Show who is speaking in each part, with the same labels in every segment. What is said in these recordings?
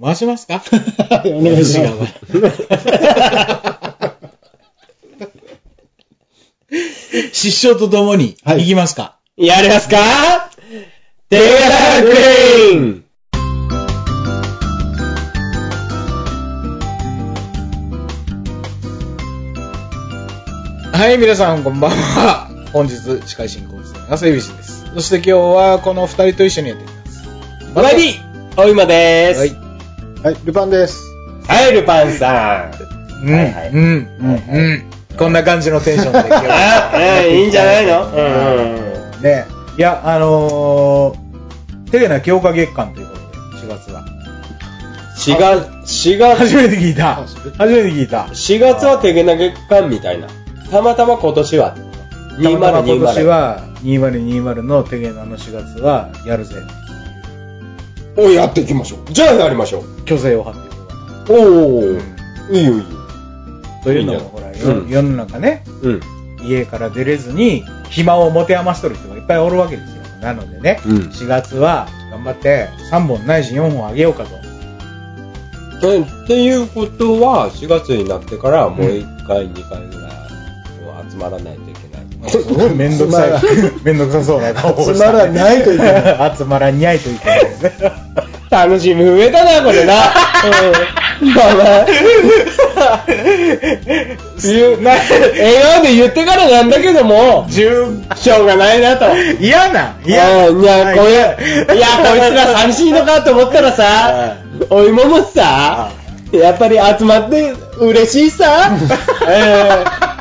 Speaker 1: 回しますか
Speaker 2: お願いし
Speaker 1: 時
Speaker 2: ま
Speaker 1: 間
Speaker 2: す。
Speaker 1: は。失笑とともに、
Speaker 2: はい
Speaker 1: いきますか。
Speaker 3: やりますかテレサグリーン
Speaker 1: はい、皆さんこんばんは。本日、司会進行ですね。セイビシです。そして今日は、この二人と一緒にやっていきます。
Speaker 3: 学びおいまで
Speaker 1: はい
Speaker 3: す。
Speaker 2: はい、ルパンです。
Speaker 3: はい、ルパンさん。
Speaker 1: うん、
Speaker 3: はいはい
Speaker 1: うん、うん、うん。こんな感じのテンションで今日は。
Speaker 3: あ、うんいいんじゃないのうんうんうん。
Speaker 1: ね いや、あのー、テレナ強化月間ということで、4月は。
Speaker 3: 4月、4
Speaker 1: 初
Speaker 3: 月、
Speaker 1: めて聞いた。
Speaker 2: あ
Speaker 1: 初
Speaker 2: そ
Speaker 1: め
Speaker 2: れ
Speaker 1: て聞いた。
Speaker 3: 4月は手げな月間みたいな。たまたま今年は。
Speaker 1: たまたま今年
Speaker 3: 2020。
Speaker 1: は2020のテゲナの4月はやるぜ。
Speaker 3: おやっていきましょう。じゃあやりましょう。
Speaker 1: 虚勢を張っていこうかな。
Speaker 3: おおいいよいいよ。
Speaker 1: というのも、
Speaker 3: いいん
Speaker 1: ほ
Speaker 3: じゃ
Speaker 1: ら、
Speaker 3: な
Speaker 1: 世
Speaker 3: いうん
Speaker 1: 世の中ね、
Speaker 3: うん。
Speaker 1: 家から出れずに暇を持て余しとる人がいっぱいおるわけですよ。なのでね、
Speaker 3: うん
Speaker 1: 4月は頑張って3本ないし4本あげようか と。
Speaker 3: えっていうことは、4月になってからもう1回、2回ぐらいもう集まらないといけない。
Speaker 1: すごいめんどくさい。 めんどくさそうな顔をして。
Speaker 2: 集まらないといけ
Speaker 1: ない。 集まらにゃいといけないね。
Speaker 3: 楽しみ増えたな、これな。うん。まあまあ。 言うな笑顔で言ってからなんだけども、
Speaker 1: 十
Speaker 3: しょうがないなと。
Speaker 1: 嫌ない
Speaker 3: いや、
Speaker 1: 嫌
Speaker 3: いや、こういう、いや、こいつら寂しいのかと思ったらさ、お芋もさ、やっぱり集まって嬉しいさ、えー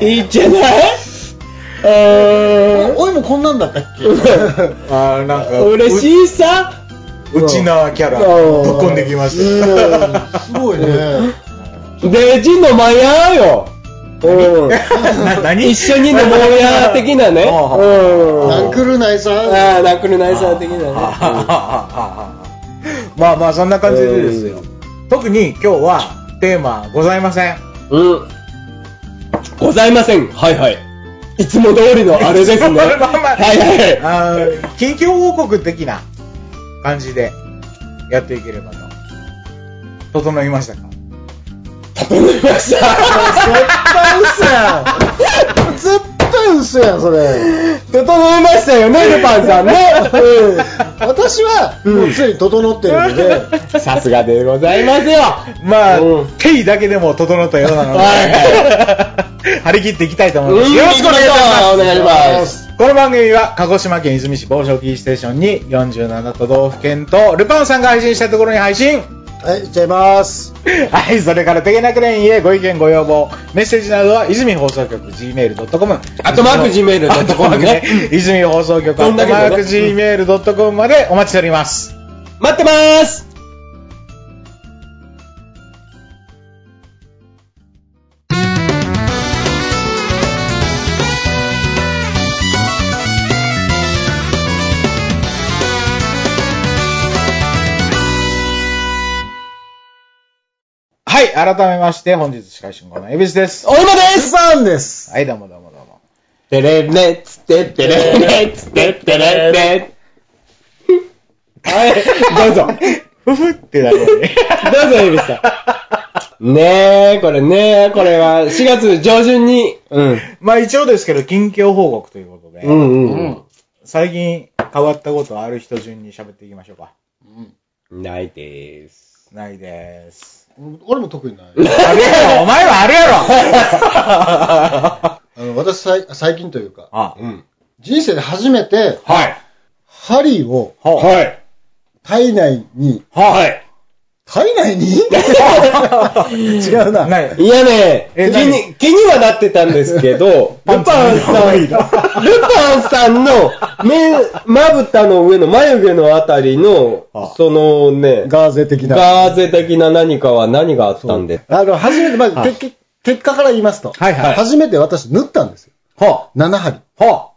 Speaker 3: いいんじゃないえ
Speaker 2: おいもこんなんだったっけ
Speaker 3: ー
Speaker 1: あーなんか、
Speaker 3: 嬉しいさ、
Speaker 1: うちなキャラ、ぶっこんできました。
Speaker 2: す ごいね。
Speaker 3: デジ飲まんやーよ。うん。
Speaker 1: な何
Speaker 3: 一緒に飲もうやー的なね。
Speaker 1: ああ
Speaker 3: うん。
Speaker 2: なんくるないさ。
Speaker 3: ああ、ナックルナイサー的
Speaker 1: あはは
Speaker 3: なね。
Speaker 1: はは まあまあそんな感じでですよ。特に今日はテーマございません。
Speaker 3: うん。ございません。はいはい。いつも通りのあれですね。
Speaker 1: まあまあ
Speaker 3: はいはい。
Speaker 1: あー近況報告的な感じでやっていければと。整いましたか
Speaker 3: 整いました。
Speaker 2: 絶対嘘やん。絶対嘘やん、それ。
Speaker 3: 整いましたよね、ルパンさんね。
Speaker 2: 私は、もうすでに整ってるので、
Speaker 3: うんさすがでございますよ。
Speaker 1: まあ
Speaker 3: うん、
Speaker 1: 経緯だけでも整ったようなので、 張り切っていきたいと思います。よろしくお願いします。
Speaker 3: お願いします。
Speaker 1: この番組は鹿児島県出水市某所キーステーションに47都道府県とルパンさんが配信したところに配信
Speaker 2: はい、いっちゃいます。
Speaker 1: はい、それから、てげなくれんへご意見ご要望、メッセージなどは、泉放送局 gmail.com。
Speaker 3: あとマーク gmail.com ね
Speaker 1: あとマークね。 泉放送局、
Speaker 3: ど
Speaker 1: あと
Speaker 3: ん
Speaker 1: マ
Speaker 3: だけでね
Speaker 1: ーク gmail.com までお待ちしております。
Speaker 3: 待ってます。
Speaker 1: はい、改めまして、本日司会進行のエビスです。
Speaker 3: お今で
Speaker 2: ル
Speaker 3: す。
Speaker 2: パンです。
Speaker 1: はい、どうもどうもどうも。
Speaker 3: てれねっつって、てれねっつって、てれね。はい、どうぞ。
Speaker 1: ふふってなるよ ね。
Speaker 3: どうぞ、エビスさん。ねえ、これねえ、これは4月上旬に。うん。
Speaker 1: まあ一応ですけど、近況報告ということで、
Speaker 3: うんうん
Speaker 1: 最近変わったことある人順に喋っていきましょうか。
Speaker 3: うん。ないでーす。
Speaker 1: ないでー す。
Speaker 2: 俺も特にない。
Speaker 1: あるやろお前はあるやろ
Speaker 2: あの私さい、最近というか、
Speaker 1: あ、
Speaker 3: うん。
Speaker 2: 人生で初めて、
Speaker 3: はい。
Speaker 2: 針を
Speaker 1: は
Speaker 3: はい。
Speaker 2: 体内に、
Speaker 3: は
Speaker 2: 体内 に違うな。
Speaker 1: ない
Speaker 3: い。いやね、気
Speaker 1: え
Speaker 3: に、気にはなってたんですけど、ル パンさん、ルパンさんの目、まぶたの上の眉毛のあたりの
Speaker 1: あ、
Speaker 3: そのね、
Speaker 2: ガーゼ的な。
Speaker 3: ガーゼ的な何かは何があったんで。
Speaker 2: あの、初めて、まあ、結結果から言いますと。
Speaker 1: はいはい
Speaker 2: 初めて私縫ったんですよ。
Speaker 1: は
Speaker 2: 7針。
Speaker 1: あ、は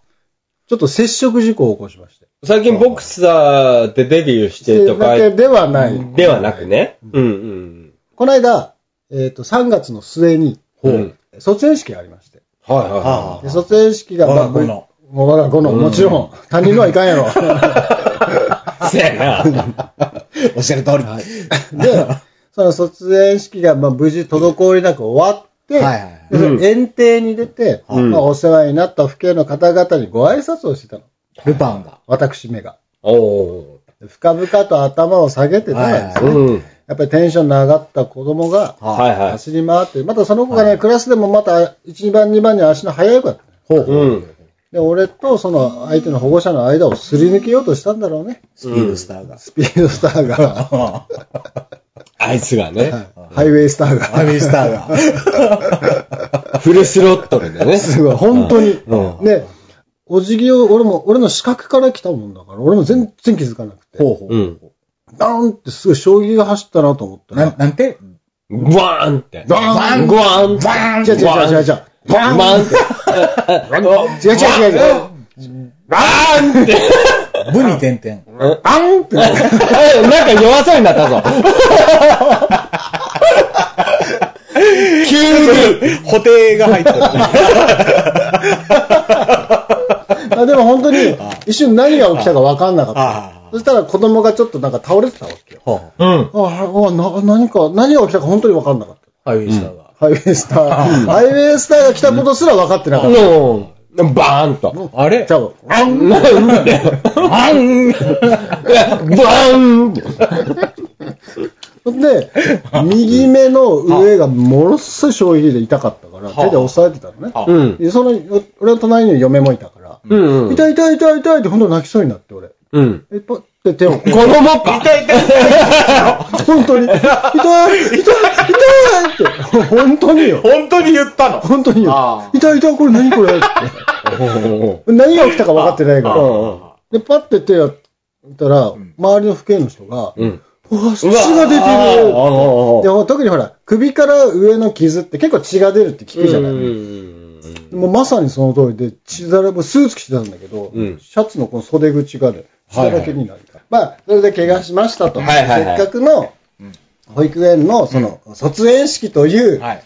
Speaker 2: ちょっと接触事故を起こしまして。
Speaker 3: 最近ボクサーでデビューしてとか
Speaker 2: だ、けではない。
Speaker 3: ではなくね。うんうん。
Speaker 2: この間、えっ、と、3月の末に、
Speaker 3: うん
Speaker 2: 卒園式がありまして。
Speaker 3: はいはい
Speaker 1: は
Speaker 2: で卒園式が、
Speaker 1: 我が
Speaker 2: まあ
Speaker 1: 子の
Speaker 2: もう我が子の、もちろん、他人のはいかんやろ。
Speaker 3: そうやな。
Speaker 1: おっしゃる通り。
Speaker 2: はい。で、その卒園式が、まあ、無事滞りなく終わって、
Speaker 1: はいはいはい
Speaker 2: でその園庭に出て、
Speaker 3: うん
Speaker 2: まあ、お世話になった父兄の方々にご挨拶をしてたの。
Speaker 1: ルパンが。
Speaker 2: 私めが。
Speaker 3: お
Speaker 2: 深々と頭を下げてたらですね、
Speaker 1: はい
Speaker 3: ー。うん。
Speaker 2: やっぱりテンションの上がった子供が
Speaker 3: はいはい。
Speaker 2: 走り回って、またその子がね、クラスでもまた1番2番に足の速い子だった。
Speaker 1: ほうほう。
Speaker 3: うん。
Speaker 2: で、俺とその相手の保護者の間をすり抜けようとしたんだろうね。
Speaker 1: スピードスターが。
Speaker 2: スピードスターが、
Speaker 3: あいつがね、
Speaker 2: ハイウェイスター
Speaker 1: ア
Speaker 2: が。
Speaker 1: ミスターが。
Speaker 3: フルスロットル でね。
Speaker 2: すごい、本当に。
Speaker 3: うん
Speaker 2: で、お辞儀を、俺も、俺の視覚から来たもんだから、俺も全然気づかなくて、
Speaker 1: ほうほ
Speaker 3: う
Speaker 1: う。
Speaker 3: ん。
Speaker 2: ダーンってすごい衝撃が走ったなと思った
Speaker 1: な
Speaker 2: ら、
Speaker 1: なんて
Speaker 3: グワーンって。
Speaker 1: バーン
Speaker 3: グワーン
Speaker 1: バーン
Speaker 2: 違う違う違う違う違う。
Speaker 3: グワーンって。
Speaker 2: 違う違う違う違う。
Speaker 3: バーンって。
Speaker 1: ブに点々。
Speaker 2: バンって、
Speaker 3: なんか弱そうになったぞ。急に。
Speaker 1: 固定が入って る。
Speaker 2: あでも本当に、一瞬何が起きたか分かんなかっ
Speaker 1: ああ
Speaker 2: た。そしたら子供がちょっとなんか倒れてたわけよ。
Speaker 1: ほう。
Speaker 3: うん。
Speaker 2: ああ、な、何か、何が起きたか本当に分かんなかった。
Speaker 1: ハイウェイスターが。
Speaker 2: ハイウェイスター。ハイウェイスターが来たことすら分かってなかっ
Speaker 3: もう、バーンと。
Speaker 1: あれ
Speaker 2: た。ちゃう。
Speaker 3: なんで
Speaker 1: あん
Speaker 3: バーン
Speaker 2: で、右目の上がものすごい衝撃で痛かったから、手で押さえてたのね。
Speaker 1: は
Speaker 3: うん。
Speaker 2: で、その、よ俺の隣に嫁もいたから、
Speaker 3: うんうん。
Speaker 2: 痛い痛い痛い痛いって本当泣きそうになって、俺。
Speaker 3: うん。
Speaker 2: え、パって手を、
Speaker 3: 子供か。
Speaker 1: 痛い痛い痛い
Speaker 2: 本当に、痛い痛い痛いって、 本当によ。
Speaker 1: 本当に言ったの
Speaker 2: 本当によ
Speaker 1: あ。
Speaker 2: 痛い痛いこれ何これって。 何が起きたか分かってないか
Speaker 3: う
Speaker 2: ら。
Speaker 3: ん
Speaker 2: で、パって手やったら、周りの父兄の人が、
Speaker 3: うん。
Speaker 2: うわ、血が出てるで
Speaker 3: る
Speaker 2: も特にほら、首から上の傷って結構血が出るって聞くじゃない。もうまさにその通りで、血だらぼ、スーツ着てたんだけど、
Speaker 3: うん
Speaker 2: シャツのこの袖口がね、血だらけになるから。まあ、それで怪我しましたと。
Speaker 3: はいはいはい
Speaker 2: せっかくの、保育園の、その、卒園式という、
Speaker 1: はい。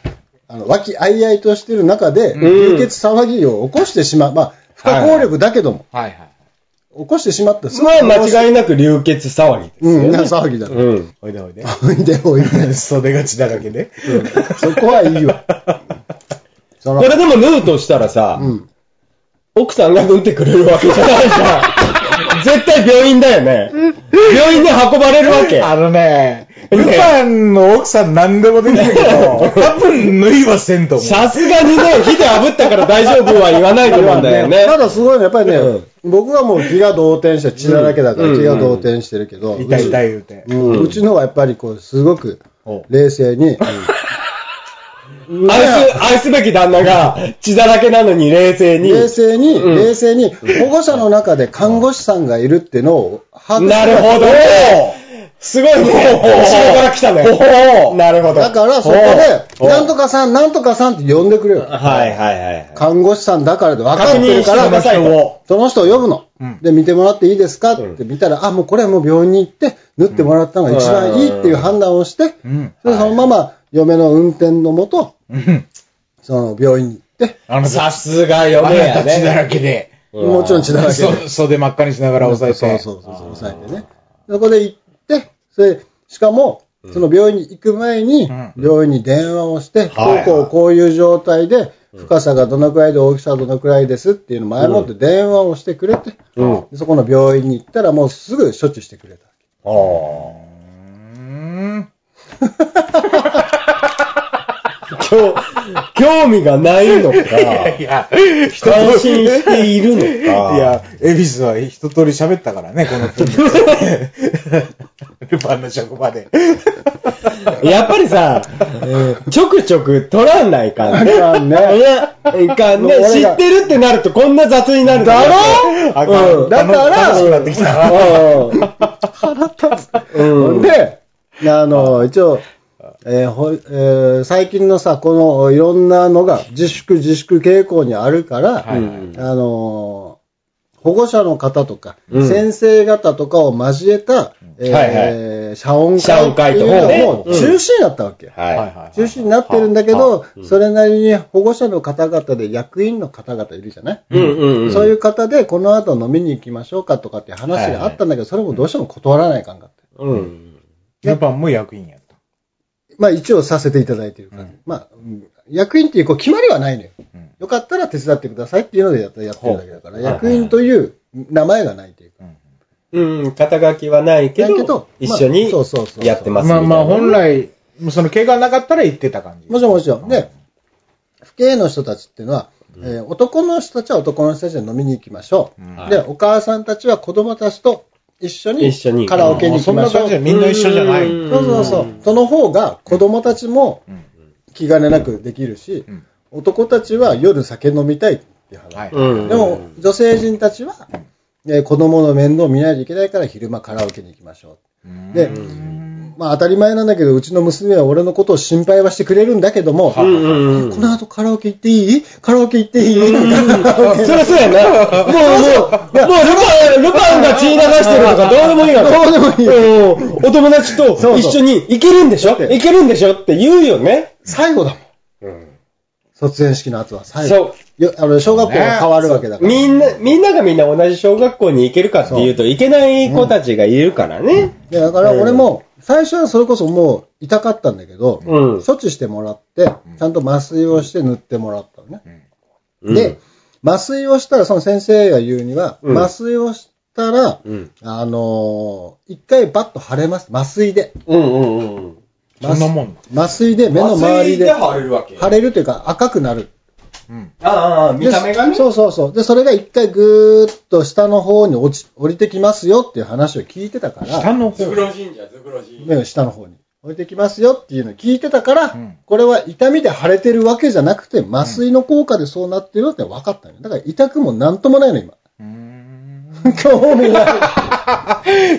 Speaker 2: あの、和気あいあいとしてる中で、
Speaker 3: ん
Speaker 2: 流血騒ぎを起こしてしまう。まあ、不可抗力だけども、
Speaker 1: はいはい。
Speaker 2: 起こしてしまった。
Speaker 3: まあ、間違いなく流血騒ぎです
Speaker 2: う
Speaker 3: よ
Speaker 2: ん、
Speaker 3: ね。
Speaker 2: な騒ぎだ。お
Speaker 3: うん。
Speaker 1: おいでおいで。
Speaker 2: いで おいで。
Speaker 1: 袖が血だらけで。
Speaker 2: そこはいい わ。そ
Speaker 3: こ
Speaker 2: の、
Speaker 3: れでも縫うとしたらさ、
Speaker 2: うん。
Speaker 3: 奥さんが縫ってくれるわけじゃないじゃん。絶対病院だよね。病院で運ばれるわけ。
Speaker 1: あのね、ルパンの奥さん何でもできるけ ど、多分縫いはせんと思う。
Speaker 3: さすがにね、火で炙ったから大丈夫は言わないと思うんだよ ね。
Speaker 2: ただすごいのやっぱりね、
Speaker 3: う
Speaker 2: 僕はもう気が動転して、血だらけだから
Speaker 3: うん
Speaker 2: 気が動転してるけど、
Speaker 1: 痛い痛い言うて。
Speaker 2: うんうちのはやっぱりこう、すごく冷静に、うん
Speaker 3: 愛す、愛すべき旦那が血だらけなのに冷静に。
Speaker 2: 冷静に、
Speaker 3: うん
Speaker 2: 冷静に、保護者の中で看護師さんがいるってのを把握して
Speaker 3: なるほど。すごいね。後ろから来たね。なるほど。
Speaker 2: だから、そこ
Speaker 3: お
Speaker 2: で、
Speaker 3: う
Speaker 2: なんとかさん、なんとかさんって呼んでくれよ。
Speaker 3: はいはいはい。
Speaker 2: 看護師さんだからで分かっ
Speaker 3: 確
Speaker 2: て
Speaker 3: 認
Speaker 2: る
Speaker 3: して
Speaker 2: から、
Speaker 3: くださいと。
Speaker 2: その人を呼ぶの。
Speaker 1: ん
Speaker 2: で、見てもらっていいですかって見たら、あ、もうこれはもう病院に行って、縫ってもらったのが一番いいっていう判断をして、
Speaker 1: うん。
Speaker 2: それでそのまま嫁の運転のもと、
Speaker 1: うん。
Speaker 2: その病院に行って、
Speaker 1: あの、
Speaker 3: さすが
Speaker 1: あ
Speaker 3: 嫁
Speaker 1: な
Speaker 3: や
Speaker 1: た血だ
Speaker 3: ね。
Speaker 1: らけで。
Speaker 2: もちろん血だらけで。
Speaker 1: そ袖真っ赤にしながら押さ
Speaker 2: そ
Speaker 1: え
Speaker 2: う
Speaker 1: て。
Speaker 2: そうそうそう、抑えてね。そこで行って、それ、しかも、その病院に行く前に
Speaker 1: ん、
Speaker 2: 病院に電話をして、
Speaker 3: はい
Speaker 2: こうこうこういう状態で、深さがどのくらいで大きさはどのくらいですっていうのを前もって電話をしてくれて、
Speaker 3: うん
Speaker 2: でそこの病院に行ったらもうすぐ処置してくれた。
Speaker 3: あ
Speaker 1: うーん。
Speaker 3: あ興興味がないのか、
Speaker 1: いや、人
Speaker 3: 関心しているのか。
Speaker 1: いや、エビスは一通り喋ったからね、この 国ルパンの職場で。
Speaker 3: やっぱりさ、ちょくちょく取らないかんね。
Speaker 2: 取らんね
Speaker 3: いやいかんね。
Speaker 2: 俺
Speaker 3: 知
Speaker 2: が
Speaker 3: ってるってなるとこんな雑になるんだ
Speaker 1: あ
Speaker 3: ろ
Speaker 1: か
Speaker 3: うんん。だ
Speaker 1: 楽楽しくなってきたな。
Speaker 3: うん。
Speaker 2: ほ
Speaker 3: うんん。
Speaker 2: で、あの、一応、えーほえー最近のさ、このいろんなのが自粛自粛傾向にあるか
Speaker 1: は
Speaker 2: ら、
Speaker 1: いはい
Speaker 3: うん
Speaker 2: あのー保護者の方とか、
Speaker 3: うん
Speaker 2: 先生方とかを交えた、えー
Speaker 3: はい
Speaker 2: ー謝恩
Speaker 3: 謝
Speaker 2: 会
Speaker 3: 恩会
Speaker 2: って
Speaker 3: と
Speaker 2: いうのも
Speaker 3: う
Speaker 2: 中
Speaker 3: ん
Speaker 2: 止になったわけ。
Speaker 1: い
Speaker 3: は
Speaker 1: はい
Speaker 2: 中止になってるんだけど
Speaker 3: う、ん
Speaker 2: それなりに保護者の方々で役員の方々いるじゃない
Speaker 3: い。うんうんうん。
Speaker 2: そういう方で、この後飲みに行きましょうかとかっていう話があったんだけど、それもどうしても断らないかんかって。
Speaker 3: うん。
Speaker 1: ルパンも役員やった。
Speaker 2: まあ一応させていただいてるから。
Speaker 1: うん
Speaker 2: まあ、うん役員っていうこう決まりはないのよ。
Speaker 1: うん
Speaker 2: よかったら手伝ってくださいっていうのでやってやってるだけだから、
Speaker 3: ほう
Speaker 2: 役員という名前がないというか。
Speaker 1: うん
Speaker 3: うん、肩書きはないけ
Speaker 2: だけど
Speaker 3: ど、一緒
Speaker 2: まあ
Speaker 3: に
Speaker 2: そうそうそう
Speaker 3: やってますみ
Speaker 1: ま
Speaker 3: た
Speaker 1: あ
Speaker 3: いな。
Speaker 1: まあ、本来、その怪我なかったら言ってた感じ。
Speaker 2: もちろんもちろん。
Speaker 1: う
Speaker 2: で、父兄の人たちっていうのは、えー男の人たちは男の人たちで飲みに行きましょう。
Speaker 1: うん
Speaker 2: で、お母さんたちは子供たちと一緒に
Speaker 3: 一緒に
Speaker 2: カラオケに行きましょう。
Speaker 1: あーそんな感じでみんな一緒じゃない
Speaker 3: うん
Speaker 2: そうそうそう。その方が子供たちも
Speaker 1: うん
Speaker 2: 気兼ねなくできるし、
Speaker 1: うん
Speaker 2: 男たちは夜酒飲みたいっていう話。
Speaker 1: はい。
Speaker 3: うん。
Speaker 2: でも、女性人たちは、えー子供の面倒見ないといけないから昼間カラオケに行きましょ
Speaker 1: うん
Speaker 2: でう。まあ当たり前なんだけど、うちの娘は俺のことを心配はしてくれるんだけども、
Speaker 3: うんうんうん。
Speaker 2: この後カラオケ行っていいカラオケ行っていい カラオケ
Speaker 3: そりゃそうやな。もう、もう、もう、ルパン、ルパンが血流してるのか、どうでもいいがら。
Speaker 2: どうでもいい
Speaker 3: うんお友達と
Speaker 2: そう
Speaker 3: 一緒に、行けるんでしょ
Speaker 2: って
Speaker 3: 行けるんでしょって言うよね。
Speaker 2: 最後だもん。
Speaker 3: うん。
Speaker 2: 卒園式の後は最後。
Speaker 3: そ
Speaker 2: よあの小学校が変わるわけだ
Speaker 3: う。
Speaker 2: から。
Speaker 3: みんな、みんながみんな同じ小学校に行けるかっていうと、行けない子たちがいるからね。
Speaker 2: でだから俺も、最初はそれこそもう痛かったんだけど、
Speaker 3: うん
Speaker 2: 処置してもらって、ちゃんと麻酔をして塗ってもらったのね。
Speaker 3: うん
Speaker 2: で、、麻酔をしたら、その先生が言うには、
Speaker 3: うん
Speaker 2: 麻酔をしたら、
Speaker 3: うん。
Speaker 2: あのー一回バッと腫れます。麻酔で。
Speaker 3: うんうんうん。
Speaker 1: そんなもんな。
Speaker 2: 麻酔で目の周りで
Speaker 3: 麻酔腫れるわけ
Speaker 2: 腫れるというか赤くなる。
Speaker 1: うん。
Speaker 3: ああ、見た目がね。
Speaker 2: でそうそうそう。で、それが一回ぐーっと下の方に落ち、降りてきますよっていう話を聞いてたから、
Speaker 1: 下の方。
Speaker 2: 目の下の方に降りてきますよっていうのを聞いてたから、
Speaker 1: うん
Speaker 2: これは痛みで腫れてるわけじゃなくて、麻酔の効果でそうなってるよって分かったのよ。だから痛くもなんともないの、今。
Speaker 1: うーん
Speaker 2: 興味ない。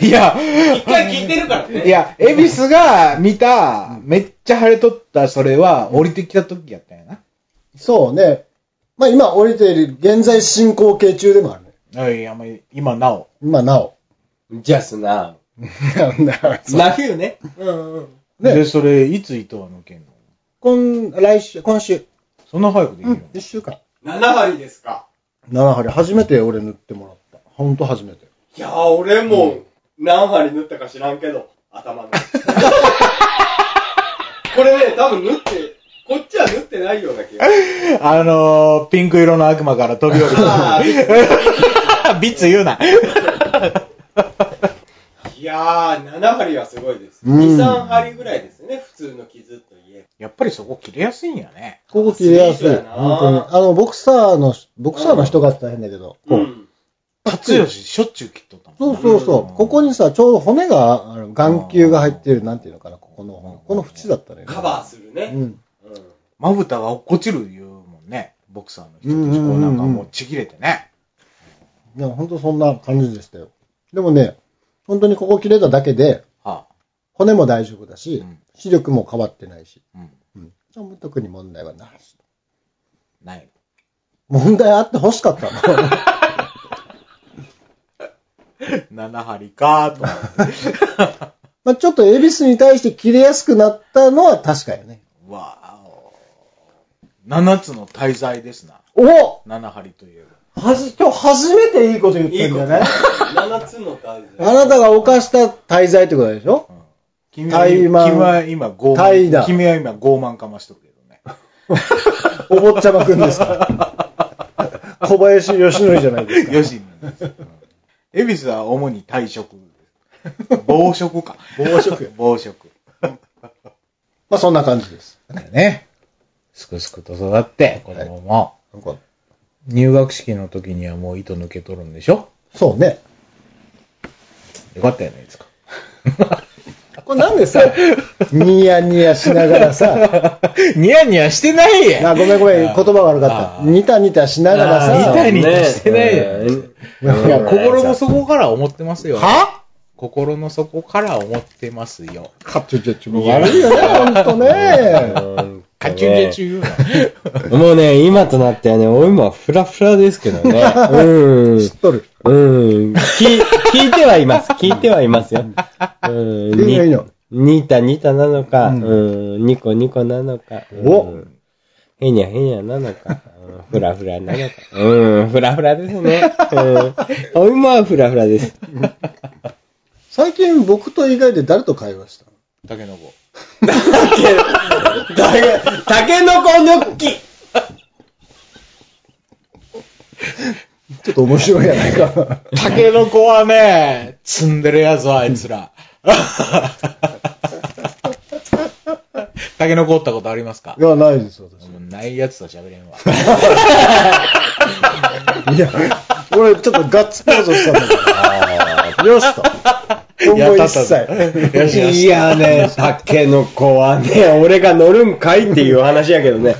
Speaker 1: いや、
Speaker 4: 一回聞いてるからね。
Speaker 1: いや、恵比寿が見た、めっちゃ晴れとったそれは、降りてきた時やったんや
Speaker 2: そうね。まあ今降りている、現在進行形中でもあるね。
Speaker 1: な。いや、まあ今なお。
Speaker 2: 今なお。
Speaker 3: ジャスな。
Speaker 2: なんだ
Speaker 3: なるよね。
Speaker 2: ね
Speaker 1: で、それ、いつ糸は抜けんの
Speaker 2: 今、来週、今週。
Speaker 1: そんな早くでき
Speaker 2: う
Speaker 1: る
Speaker 2: ん
Speaker 1: の、
Speaker 2: 一週間。
Speaker 4: 7針ですか。
Speaker 2: 7針、初めて俺塗ってもらった。ほんと初めて。
Speaker 4: いやー、俺も何針塗ったか知らんけど、頭の。 これね、多分縫って、こっちは縫ってないような気がする。
Speaker 1: あのー、ピンク色の悪魔から飛び降り
Speaker 4: あ
Speaker 1: た。 ビッツ言うな。
Speaker 4: いやー、7針はすごいです。
Speaker 2: うん
Speaker 4: 2、3針ぐらいですね、普通の傷といえ
Speaker 1: やっぱりそこ切れやすいんやね。
Speaker 2: ここ切れやすい。
Speaker 4: そうだな
Speaker 2: 本当に。あの、ボクサーの、ボクサーの人が大変だけど。
Speaker 4: ば。
Speaker 2: こ
Speaker 4: う。
Speaker 2: うん
Speaker 1: 勝吉しょっちゅう切っとったも
Speaker 2: そ
Speaker 1: ん
Speaker 2: う
Speaker 1: な
Speaker 2: そうそう。ここにさ、ちょうど骨が、あの眼球が入ってる、なんていうのかな、ここの、この縁だったのよ。
Speaker 4: カバーする
Speaker 2: う
Speaker 4: ね。
Speaker 2: ん。
Speaker 4: うん。
Speaker 1: まぶたが落っこちる言うもんね。ボクサーの人たち、
Speaker 2: うんうんうんうん
Speaker 1: こうなんかもうちぎれてね。
Speaker 2: いや、ほんとそんな感じでしたよ。でもね、本当にここ切れただけで、
Speaker 1: は
Speaker 2: 骨も大丈夫だし、
Speaker 1: うん
Speaker 2: 視力も変わってないし、
Speaker 1: あ、うん。
Speaker 2: うん、じゃあもう特に問題はないし。
Speaker 1: ない。
Speaker 2: 問題あって欲しかったの。
Speaker 1: 7針かーと思って。
Speaker 2: まあちょっと恵比寿に対して切れやすくなったのは確かよね。
Speaker 1: わーお。7つの滞在ですな。
Speaker 2: お
Speaker 1: 7針といえば。
Speaker 2: はじ、今日初めていいこと言ったんじゃない
Speaker 4: 7つの大事。
Speaker 2: あなたが犯した滞在ってことでしょ
Speaker 1: 君
Speaker 2: 怠慢
Speaker 1: 君は今傲
Speaker 2: 怠惰
Speaker 1: 慢。君は今傲慢かましとるけどね。
Speaker 2: お坊ちゃまくんですか 小林義則じゃないですか。
Speaker 1: よし。恵比寿は主に退職。暴食か。
Speaker 2: 暴食
Speaker 1: 暴食。
Speaker 2: まあそんな感じです。
Speaker 1: ね。すくすくと育って、子供も。
Speaker 2: なんか
Speaker 1: 入学式の時にはもう糸抜けとるんでしょ
Speaker 2: そうね。
Speaker 1: よかったじゃないですか。
Speaker 2: これなんでさ、ニヤニヤしながらさ、
Speaker 1: ニヤニヤしてないや
Speaker 2: あ、ごめんごめん、言
Speaker 1: あ
Speaker 2: 葉が悪かっ
Speaker 1: あ
Speaker 2: た。ニタニタしながら
Speaker 1: あ
Speaker 2: さ。
Speaker 1: ニタニタしてないよ
Speaker 2: いや
Speaker 1: いや、心の底から思ってますよ。
Speaker 2: は
Speaker 1: 心の底から思ってますよ。
Speaker 2: かっちょちょちょ、悪いよね、ほんとね。
Speaker 3: うん
Speaker 1: カチュケチュ言うな。
Speaker 3: もうね、今となってはね、俺今フラフラですけどね。うん。
Speaker 2: 知っとる。
Speaker 3: うん。き聞いてはいます。聞いてはいますよ。うん。
Speaker 2: いいのいいの
Speaker 3: にたにたなのか、
Speaker 2: うん
Speaker 3: うん。にこにこなのか、うん
Speaker 2: お
Speaker 3: へにゃへにゃなのか、うんふらふらなのか。うん。ふらふらですね。うん。お今はふらふらです。
Speaker 2: 最近僕と以外で誰と会話したの
Speaker 1: 竹の 子。
Speaker 3: だけたけのこ抜き
Speaker 2: ちょっと面白いやないか。
Speaker 1: タケノコはね、積んでるやぞ、あいつ ら。タケノコおったことありますか
Speaker 2: いや、ないです、私。
Speaker 1: もうないやつと喋れ んわ。
Speaker 2: いや、俺ちょっとガッツポーズしたんだけど。よしと。今後一切。
Speaker 1: よしよ
Speaker 3: い
Speaker 1: し。
Speaker 3: やね、タケノコはね、俺が乗るんかいっていう話やけどね、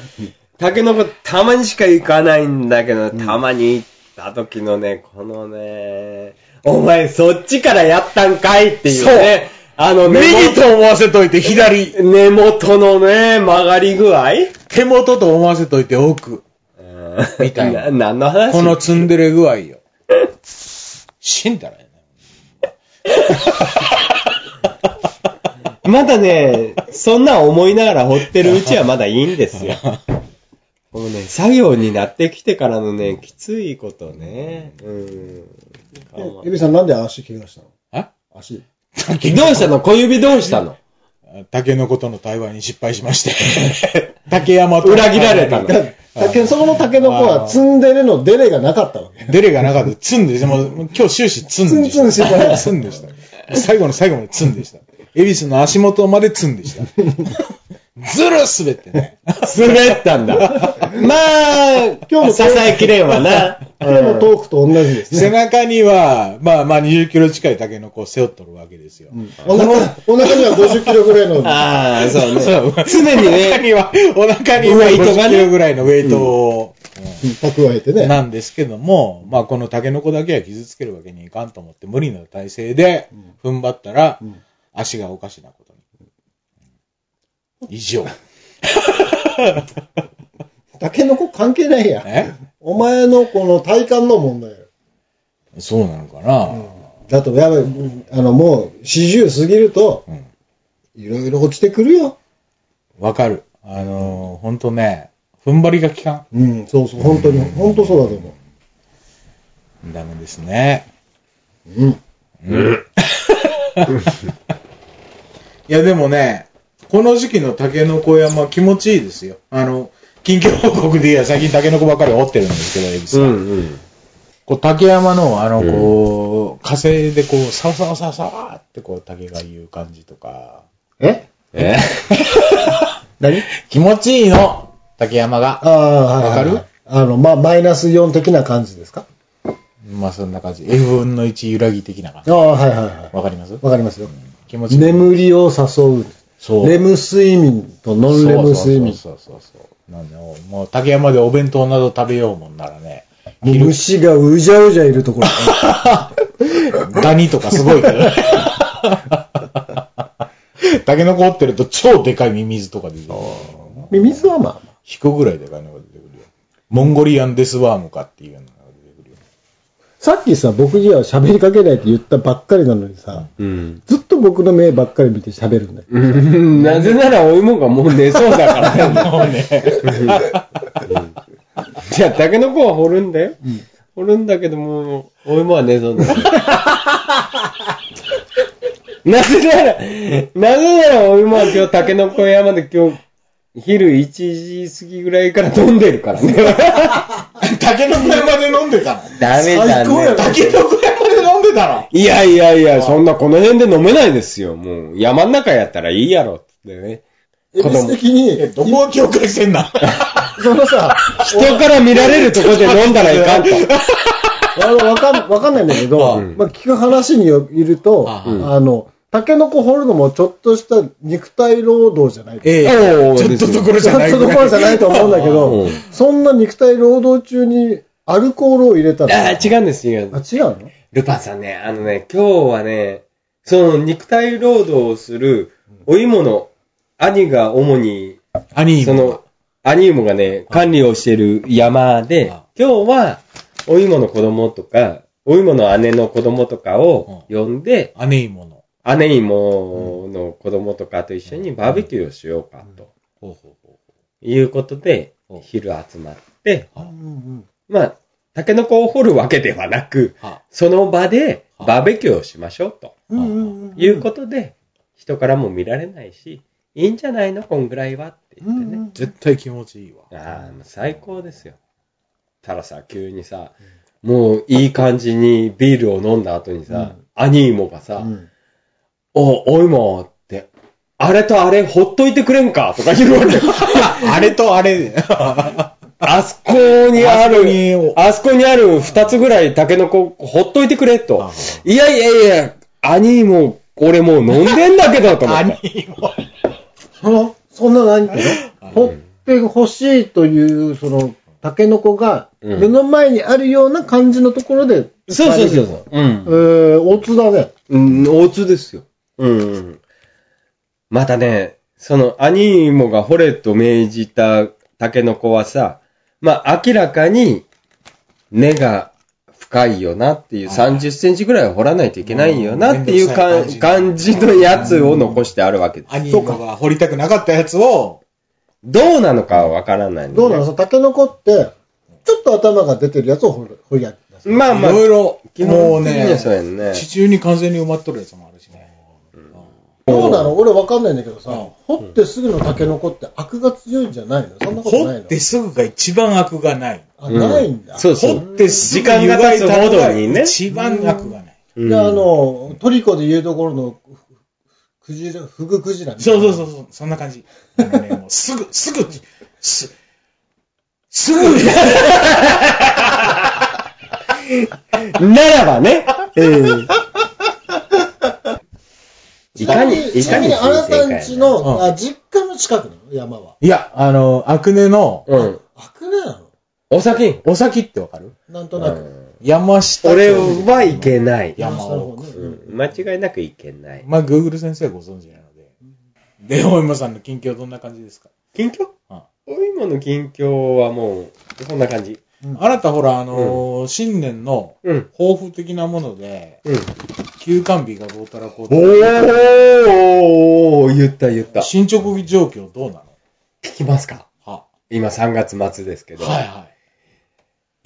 Speaker 3: タケノコたまにしか行かないんだけど、たまに行った時のね、このね、お前そっちからやったんかいっていうね、あの根
Speaker 1: 右
Speaker 3: 元、
Speaker 1: と思わせといて左、
Speaker 3: 根元のね、曲がり具合
Speaker 1: 手元と思わせといて奥。みたいな
Speaker 3: な何の話
Speaker 1: このツンデレ具合よ。死んだらや
Speaker 3: まだね、そんな思いながら掘ってるう ちはまだいいんですよ。もうね、作業になってきてからのね、きついことね。うん。
Speaker 2: エビさんなんで足怪我したの
Speaker 1: な。
Speaker 2: 足。
Speaker 3: どうしたの小指どうしたの
Speaker 1: あ竹のことの対話に失敗しまして。 竹山と。
Speaker 3: 裏切られたの。
Speaker 2: 竹そこの竹の子はツンデレのデレがなかったわけ。
Speaker 1: デレがなかった。ツンで、もうもう今日終始ツンでした。
Speaker 2: ツンツンしてた
Speaker 1: ツンでした。最後の最後までツンでした。エビスの足元までツンでした。ずるすべってね。
Speaker 3: 滑った んだ。まあ、
Speaker 2: 今日も
Speaker 3: 支えきれんわな。
Speaker 2: でもトークと同じです
Speaker 1: 背
Speaker 2: ね。
Speaker 1: 中には、まあまあ20キロ近い竹の子を背負っとるわけですよ。
Speaker 2: お腹お腹には50キロぐらいの。
Speaker 3: ああ、そうね。
Speaker 1: そう
Speaker 3: 常に
Speaker 1: お腹
Speaker 3: ね、
Speaker 1: には、お腹には
Speaker 3: ウェイトが
Speaker 1: 50
Speaker 3: ね
Speaker 1: キロぐらいのウェイトを、
Speaker 2: 蓄えてね。
Speaker 1: なんですけども、まあこのタケノコだけは傷つけるわけにいかんと思って無理な体勢で踏ん張ったら、足がおかしなことに。以上。
Speaker 2: タケノコ関係ないや。
Speaker 1: え
Speaker 2: お前のこの体幹の問題よ。
Speaker 1: そうなのかな、
Speaker 2: だとやばい、うんあのもう40過ぎると
Speaker 1: うん、
Speaker 2: いろいろ落ちてくるよ。
Speaker 1: わかる。あのー、ほんとね、踏ん張りが効か
Speaker 2: うん、そうそう、本当に、本当そうだと思
Speaker 1: ん。ダメですね。
Speaker 2: う。うん。
Speaker 1: いやでもね、この時期のタケノコ山気持ちいいですよ。あの、近況報告で言えば最近タケノコばっかり掘ってるんですけど、エビさん。
Speaker 3: うん
Speaker 1: こう竹山の、あの、こう、火星でこう、サワサワサワサワーってこう、竹が言う感じとか、
Speaker 2: え
Speaker 3: え
Speaker 2: 何
Speaker 1: 気持ちいいの竹山が。
Speaker 2: ああ、はいはいはい
Speaker 1: わかる
Speaker 2: あの、まあ、マイナス4的な感じですか
Speaker 1: まあそんな感じ。F 分の1揺らぎ的な感じ
Speaker 2: あ。あ、はいはいはい。
Speaker 1: わかります
Speaker 2: わかりますよ。
Speaker 1: 気持ちいい。
Speaker 2: 眠りを誘う。
Speaker 1: そう。
Speaker 2: レム睡眠とノンレム睡眠。
Speaker 1: そうそうそうそう。なんで、もう竹山でお弁当など食べようもんならね、
Speaker 2: もう虫がうじゃうじゃいるところ。
Speaker 1: ダニとかすごいけ ど。竹の子折ってると超でかいミミズとか出てくる。
Speaker 2: 水はまあ、
Speaker 1: ヒコぐらいでかいのが出てくるよ。モンゴリアンデスワームかっていうのが出てくるよ。
Speaker 2: さっきさ、僕には喋りかけないって言ったばっかりなのにさ、
Speaker 3: うん。
Speaker 2: ずっと僕の目ばっかり見て喋るんだよ。
Speaker 3: うん。なぜならお芋がもう寝そうだからね。
Speaker 1: もうね。
Speaker 3: じゃあ、タケノコは掘るんだよ。掘るんだけども、お芋は寝そうだ よ。なぜなら、なぜならお芋は今日、タケノコ山で今日、昼1時過ぎぐらいから飲んでるからね。
Speaker 1: 竹の子山で飲んでたの。
Speaker 3: ダメだね。
Speaker 1: 竹の子山で飲んでたの。
Speaker 3: いやいやいや、そんなこの辺で飲めないですよ。もう、山の中やったらいいやろ、つってね。
Speaker 2: 恵
Speaker 3: 供
Speaker 2: 比寿的に、
Speaker 1: え、どこを境界してんだ
Speaker 2: その さ、
Speaker 3: 人から見られるとこで飲んだらいかんと。
Speaker 2: あのわかん、わかんないんだけど、
Speaker 1: うん
Speaker 2: まあ、聞く話によると、
Speaker 1: あ
Speaker 3: うん
Speaker 2: あの、タケノコ掘るのもちょっとした肉体労働じゃない。
Speaker 1: え
Speaker 3: お ー
Speaker 1: ちょっとどころ
Speaker 2: ち
Speaker 1: じ
Speaker 2: ょ
Speaker 1: ゃ
Speaker 2: っ
Speaker 1: ない
Speaker 2: とどころじゃないと思うんだけ
Speaker 3: う
Speaker 2: ど
Speaker 3: ん、
Speaker 2: そんな肉体労働中にアルコールを入れたら。
Speaker 3: ああ、違うんです、違うんです
Speaker 2: あ、違うの
Speaker 3: ルパンさんね、あのね、今日はね、その肉体労働をするお芋の兄が主に
Speaker 1: アニー
Speaker 3: そ
Speaker 1: も
Speaker 3: の、アニウムがね、管理をしている山で
Speaker 1: あ、
Speaker 3: 今日は、お芋の子供とか、お芋の姉の子供とかを呼んで、
Speaker 1: アニーもの。
Speaker 3: 姉芋の子供とかと一緒にバーベキューをしようか、と
Speaker 1: ほうほうほ
Speaker 3: いうことで
Speaker 1: うん、
Speaker 3: 昼集まって、
Speaker 1: う。は
Speaker 3: まあ、タケノコを掘るわけではなく、
Speaker 1: は
Speaker 3: その場でバーベキューをしましょう、とい
Speaker 2: いう
Speaker 3: ことで、人からも見られないし、いいんじゃないのこんぐらいはって言ってね。
Speaker 1: 絶対気持ちいいわ。
Speaker 3: ああ、もう最高ですよ。たださ、急にさ、もういい感じにビールを飲んだ後にさ、兄芋がさ、お、お芋って、あれとあれほっといてくれんかとか言われ て、
Speaker 1: あれとあれ。
Speaker 3: あそこにあ
Speaker 1: あそこに
Speaker 3: る、あそこにある二つぐらいタケノコほっといてくれと
Speaker 1: あ。
Speaker 3: いやいやいや、兄芋、俺もう飲んでんだけどと思っ
Speaker 1: アニ
Speaker 3: て。
Speaker 1: ーも。
Speaker 2: その、そんな何ていうの掘ってほしいという、その、タケノコが、
Speaker 3: うん
Speaker 2: 目の前にあるような感じのところで、
Speaker 3: そうそうそうそう。うん
Speaker 2: え。ー、大津だね。
Speaker 3: うん、大津ですよ。うん。またね、その、兄もが掘れと命じたタケノコはさ、まあ、明らかに根が深いよなっていう、30センチぐらいは掘らないといけないよなっていうか
Speaker 1: うん
Speaker 3: 感じのやつを残してあるわけで
Speaker 1: アニ
Speaker 3: す。
Speaker 1: ーもが掘りたくなかったやつを、
Speaker 3: どうなのかはわからないんだ
Speaker 2: ど
Speaker 3: よ
Speaker 2: うなのそのタケノコって、ちょっと頭が出てるやつを掘る掘り上げた。
Speaker 3: まあ
Speaker 1: い
Speaker 3: まあ、
Speaker 1: ろいろ、
Speaker 3: 基
Speaker 1: もう
Speaker 3: 本的に
Speaker 1: ね
Speaker 3: は、そうやんね。
Speaker 1: 地中に完全に埋まっとるやつもあるしね。
Speaker 2: どうなの俺わかんないんだけどさ
Speaker 1: うん、
Speaker 2: 掘ってすぐのタケノコってアクが強いんじゃないのそんなことな
Speaker 1: 掘
Speaker 2: い
Speaker 1: っ
Speaker 2: の
Speaker 1: てすぐが一番悪がない。
Speaker 2: あ、ないんだ。
Speaker 3: そうそう。
Speaker 1: 掘ってす
Speaker 3: 時
Speaker 1: ぐ
Speaker 3: 間
Speaker 1: 湯
Speaker 3: が
Speaker 1: が
Speaker 3: 経
Speaker 1: い
Speaker 3: つ
Speaker 1: た
Speaker 3: ほ
Speaker 1: の
Speaker 3: ど
Speaker 1: が
Speaker 3: にね。
Speaker 1: 一番悪がない。
Speaker 3: うん
Speaker 2: で、あの、トリコで言うところの、クジラ、フグクジラみたい
Speaker 1: そ
Speaker 2: な
Speaker 1: うそうそうそう、そんな感じ。あのね、 もうすぐ、すぐ、す、すぐ、
Speaker 3: ならばね。い
Speaker 2: ち
Speaker 3: か
Speaker 2: な
Speaker 3: に、
Speaker 2: み
Speaker 3: いか
Speaker 2: に、
Speaker 3: に
Speaker 2: ちなみにあなたんち
Speaker 1: いかに
Speaker 2: の、あ実家の近くなの山は。
Speaker 1: いや、あの、アクネの、
Speaker 3: うん。
Speaker 2: あくねなの
Speaker 3: お先。
Speaker 1: お先ってわかる
Speaker 2: なんとなく。
Speaker 1: 山下。
Speaker 3: 俺はいけない。
Speaker 1: 山
Speaker 2: 下の方ね。
Speaker 3: う
Speaker 2: うん
Speaker 3: ん間違いなくいけない。
Speaker 1: まあ、グーグル先生はご存知なので。で、大今さんの近況どんな感じですか
Speaker 3: 近況
Speaker 1: うん
Speaker 3: お芋の近況はもう、こんな感じ。
Speaker 1: あなたほら、あのー新年の
Speaker 3: うん。
Speaker 1: 抱負的なもので、
Speaker 3: うん。
Speaker 1: 休館日がどうたらこうたら
Speaker 3: おー言った言った。
Speaker 1: 進捗状況どうなの
Speaker 3: 聞きますか
Speaker 1: は、
Speaker 3: 今3月末ですけど。
Speaker 1: はいは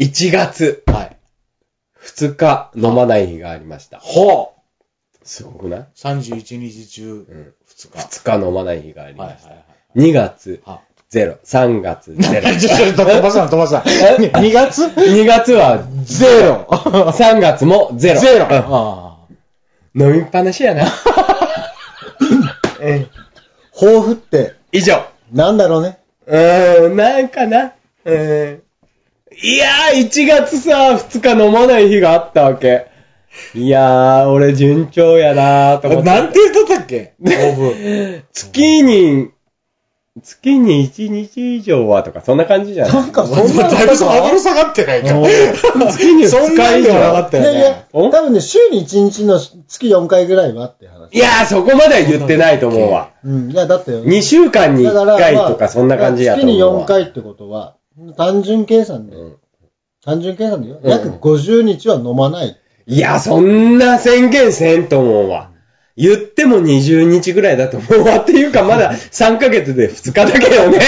Speaker 3: 1月
Speaker 1: い。はい。
Speaker 3: 2日飲まない日がありました。
Speaker 1: ほう
Speaker 3: すごくない
Speaker 1: !31 日中
Speaker 3: うん。
Speaker 1: 2日。
Speaker 3: 2日飲まない日があり
Speaker 1: はい
Speaker 3: ま
Speaker 1: はい
Speaker 3: し
Speaker 1: はい
Speaker 3: た。。2月
Speaker 1: は
Speaker 3: 0、3月0。
Speaker 1: ちょっと 飛ばすな、飛ばすな。2月
Speaker 3: 2月は ゼロ。3月もゼロ。
Speaker 1: ゼロ。あ
Speaker 3: うん飲みっぱなし やな。うん
Speaker 2: 抱負って、
Speaker 3: 以上。
Speaker 2: なんだろうね。
Speaker 3: うーん、なんかな。うん。いやー、1月さ、2日飲まない日があったわけ。いやー、俺順調やなーと思
Speaker 1: あ
Speaker 3: っ
Speaker 1: なん
Speaker 3: て。
Speaker 1: て言っとったっけ抱負。
Speaker 3: 月に、月に1日以上はとか、そんな感じじゃない
Speaker 2: なんかそんなの
Speaker 1: だいぶハードル下がってないか。
Speaker 3: 月に2日以上。
Speaker 1: そんなんではなかっ
Speaker 2: い
Speaker 1: た
Speaker 2: やい
Speaker 1: よ
Speaker 2: や
Speaker 1: ね。、
Speaker 3: お
Speaker 2: 多分ね、週に1日の月4回ぐらいはっていう話。
Speaker 3: いやー、そこまでは言ってないと思うわ。
Speaker 2: うん。いや、だって、
Speaker 3: 2週間に
Speaker 2: だ
Speaker 3: 1回とか、そんな感じやと
Speaker 2: 月
Speaker 3: 思
Speaker 2: に
Speaker 3: うわ。
Speaker 2: 4回ってことは、単純計算で、
Speaker 3: うん
Speaker 2: 単純計算でよ、
Speaker 3: うん
Speaker 2: 約50日は飲まない。
Speaker 3: いや、そんな宣言せんと思うわ。言っても20日ぐらいだと思うわ。っていうか、まだ3ヶ月で2日だけよね。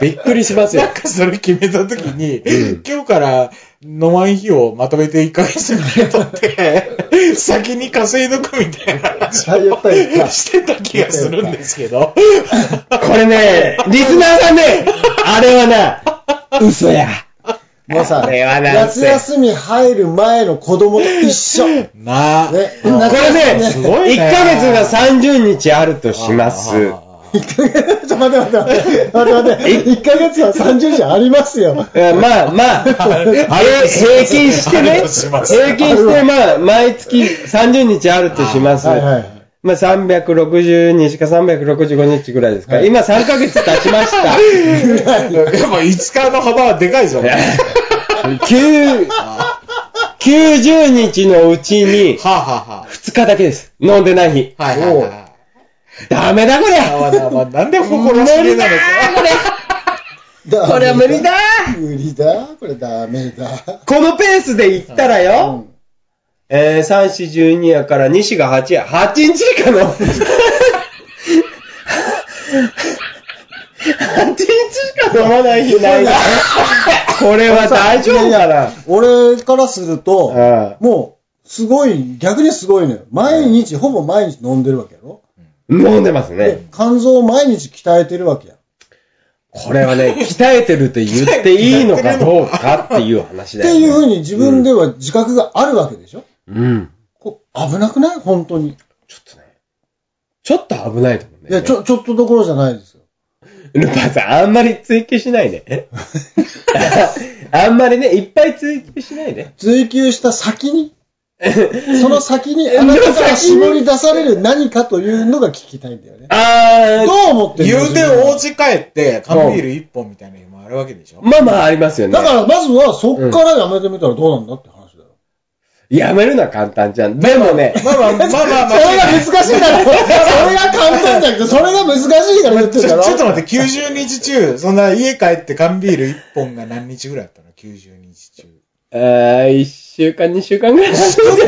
Speaker 3: びっくりしますよ
Speaker 1: なん。かそれ決めたときに、今日から飲まん日をまとめて1ヶ月ぐらい取 って、先に稼いどくみたいな話
Speaker 2: あ言った言った
Speaker 1: をしてた気がするんですけど。
Speaker 3: これね、リスナーさんね、あれはな、嘘や。
Speaker 2: もうさ、
Speaker 3: これはなんせ
Speaker 2: 夏休み入る前の子供と一緒。ね、
Speaker 1: なあ。
Speaker 2: 夏
Speaker 3: これ
Speaker 2: 休み
Speaker 3: ね、
Speaker 1: すごいね
Speaker 3: 1ヶ月が30日あるとします。
Speaker 2: ちょ、待って待って待って。待って待って。1ヶ月は30日ありますよ。
Speaker 3: えまあまあ、え平均して
Speaker 1: あ
Speaker 3: ね、
Speaker 1: るとします
Speaker 3: 平均してまあ、毎月30日あるとします。
Speaker 2: はいはいはい。
Speaker 3: まあ、360日か365日ぐらいですか。今3ヶ月経ちました。
Speaker 1: やっぱ5日の幅はでかいぞ。は
Speaker 3: 9 90日のうちに
Speaker 1: あはあは
Speaker 3: 2日だけです。飲んでない日。
Speaker 1: あ。はいはいはい。
Speaker 3: ダメだこりゃ
Speaker 1: まあまあまあなんで心知れなのか。
Speaker 2: だ
Speaker 3: これは無理だ
Speaker 2: 無理だこれダメだ。
Speaker 3: このペースでいったら
Speaker 2: う
Speaker 3: よ、
Speaker 2: ん。
Speaker 3: えー、3、4、12やから西が8や。8日かな ?8 日しか飲まない日ないな。これは大丈夫かな
Speaker 2: 俺からすると、
Speaker 3: うん
Speaker 2: もう、すごい、逆にすごいのよ。毎日、ほぼ毎日飲んでるわけやろ
Speaker 3: 飲んでます
Speaker 2: で
Speaker 3: ね。、
Speaker 2: 肝臓を毎日鍛えてるわけや。
Speaker 3: これは ね、鍛えてると言っていいのかどうかっていう話
Speaker 2: っ
Speaker 3: だ
Speaker 2: て
Speaker 3: よ、ね。
Speaker 2: いうふうに自分では自覚があるわけでしょ
Speaker 3: うん。
Speaker 2: こう危なくない本当に。
Speaker 3: ちょっとね。ちょっと危ないと思うね。
Speaker 2: いや、ちょ、ちょっとどころじゃないですよ。
Speaker 3: ルパンさん、あんまり追求しないで。あんまりね、いっぱい追求しないで。
Speaker 2: 追求した先に、 その先に、あなたから絞り出される何かというのが聞きたいんだ よね。
Speaker 3: あ
Speaker 2: どう
Speaker 3: ー、
Speaker 2: 思ってるの
Speaker 1: 言うて、お家帰って、缶ビール一本みたいな日もあるわけでしょ。
Speaker 3: まあまあありますよね。
Speaker 2: だから、まずは、そっからやめてみたらどうなんだって話だよ。
Speaker 3: やめるのは簡単じゃん。でもね、
Speaker 1: まあまあまあまあま
Speaker 2: それが難しい から、それが簡単じゃなくて、それが難しいから言って
Speaker 1: ちょ
Speaker 2: るだろ。
Speaker 1: ちょっと待って、90日中、 そんな家帰って缶ビール一本が何日ぐらいあったの ?90 日中。
Speaker 3: えー、一週間、二週間ぐらいしてるちょ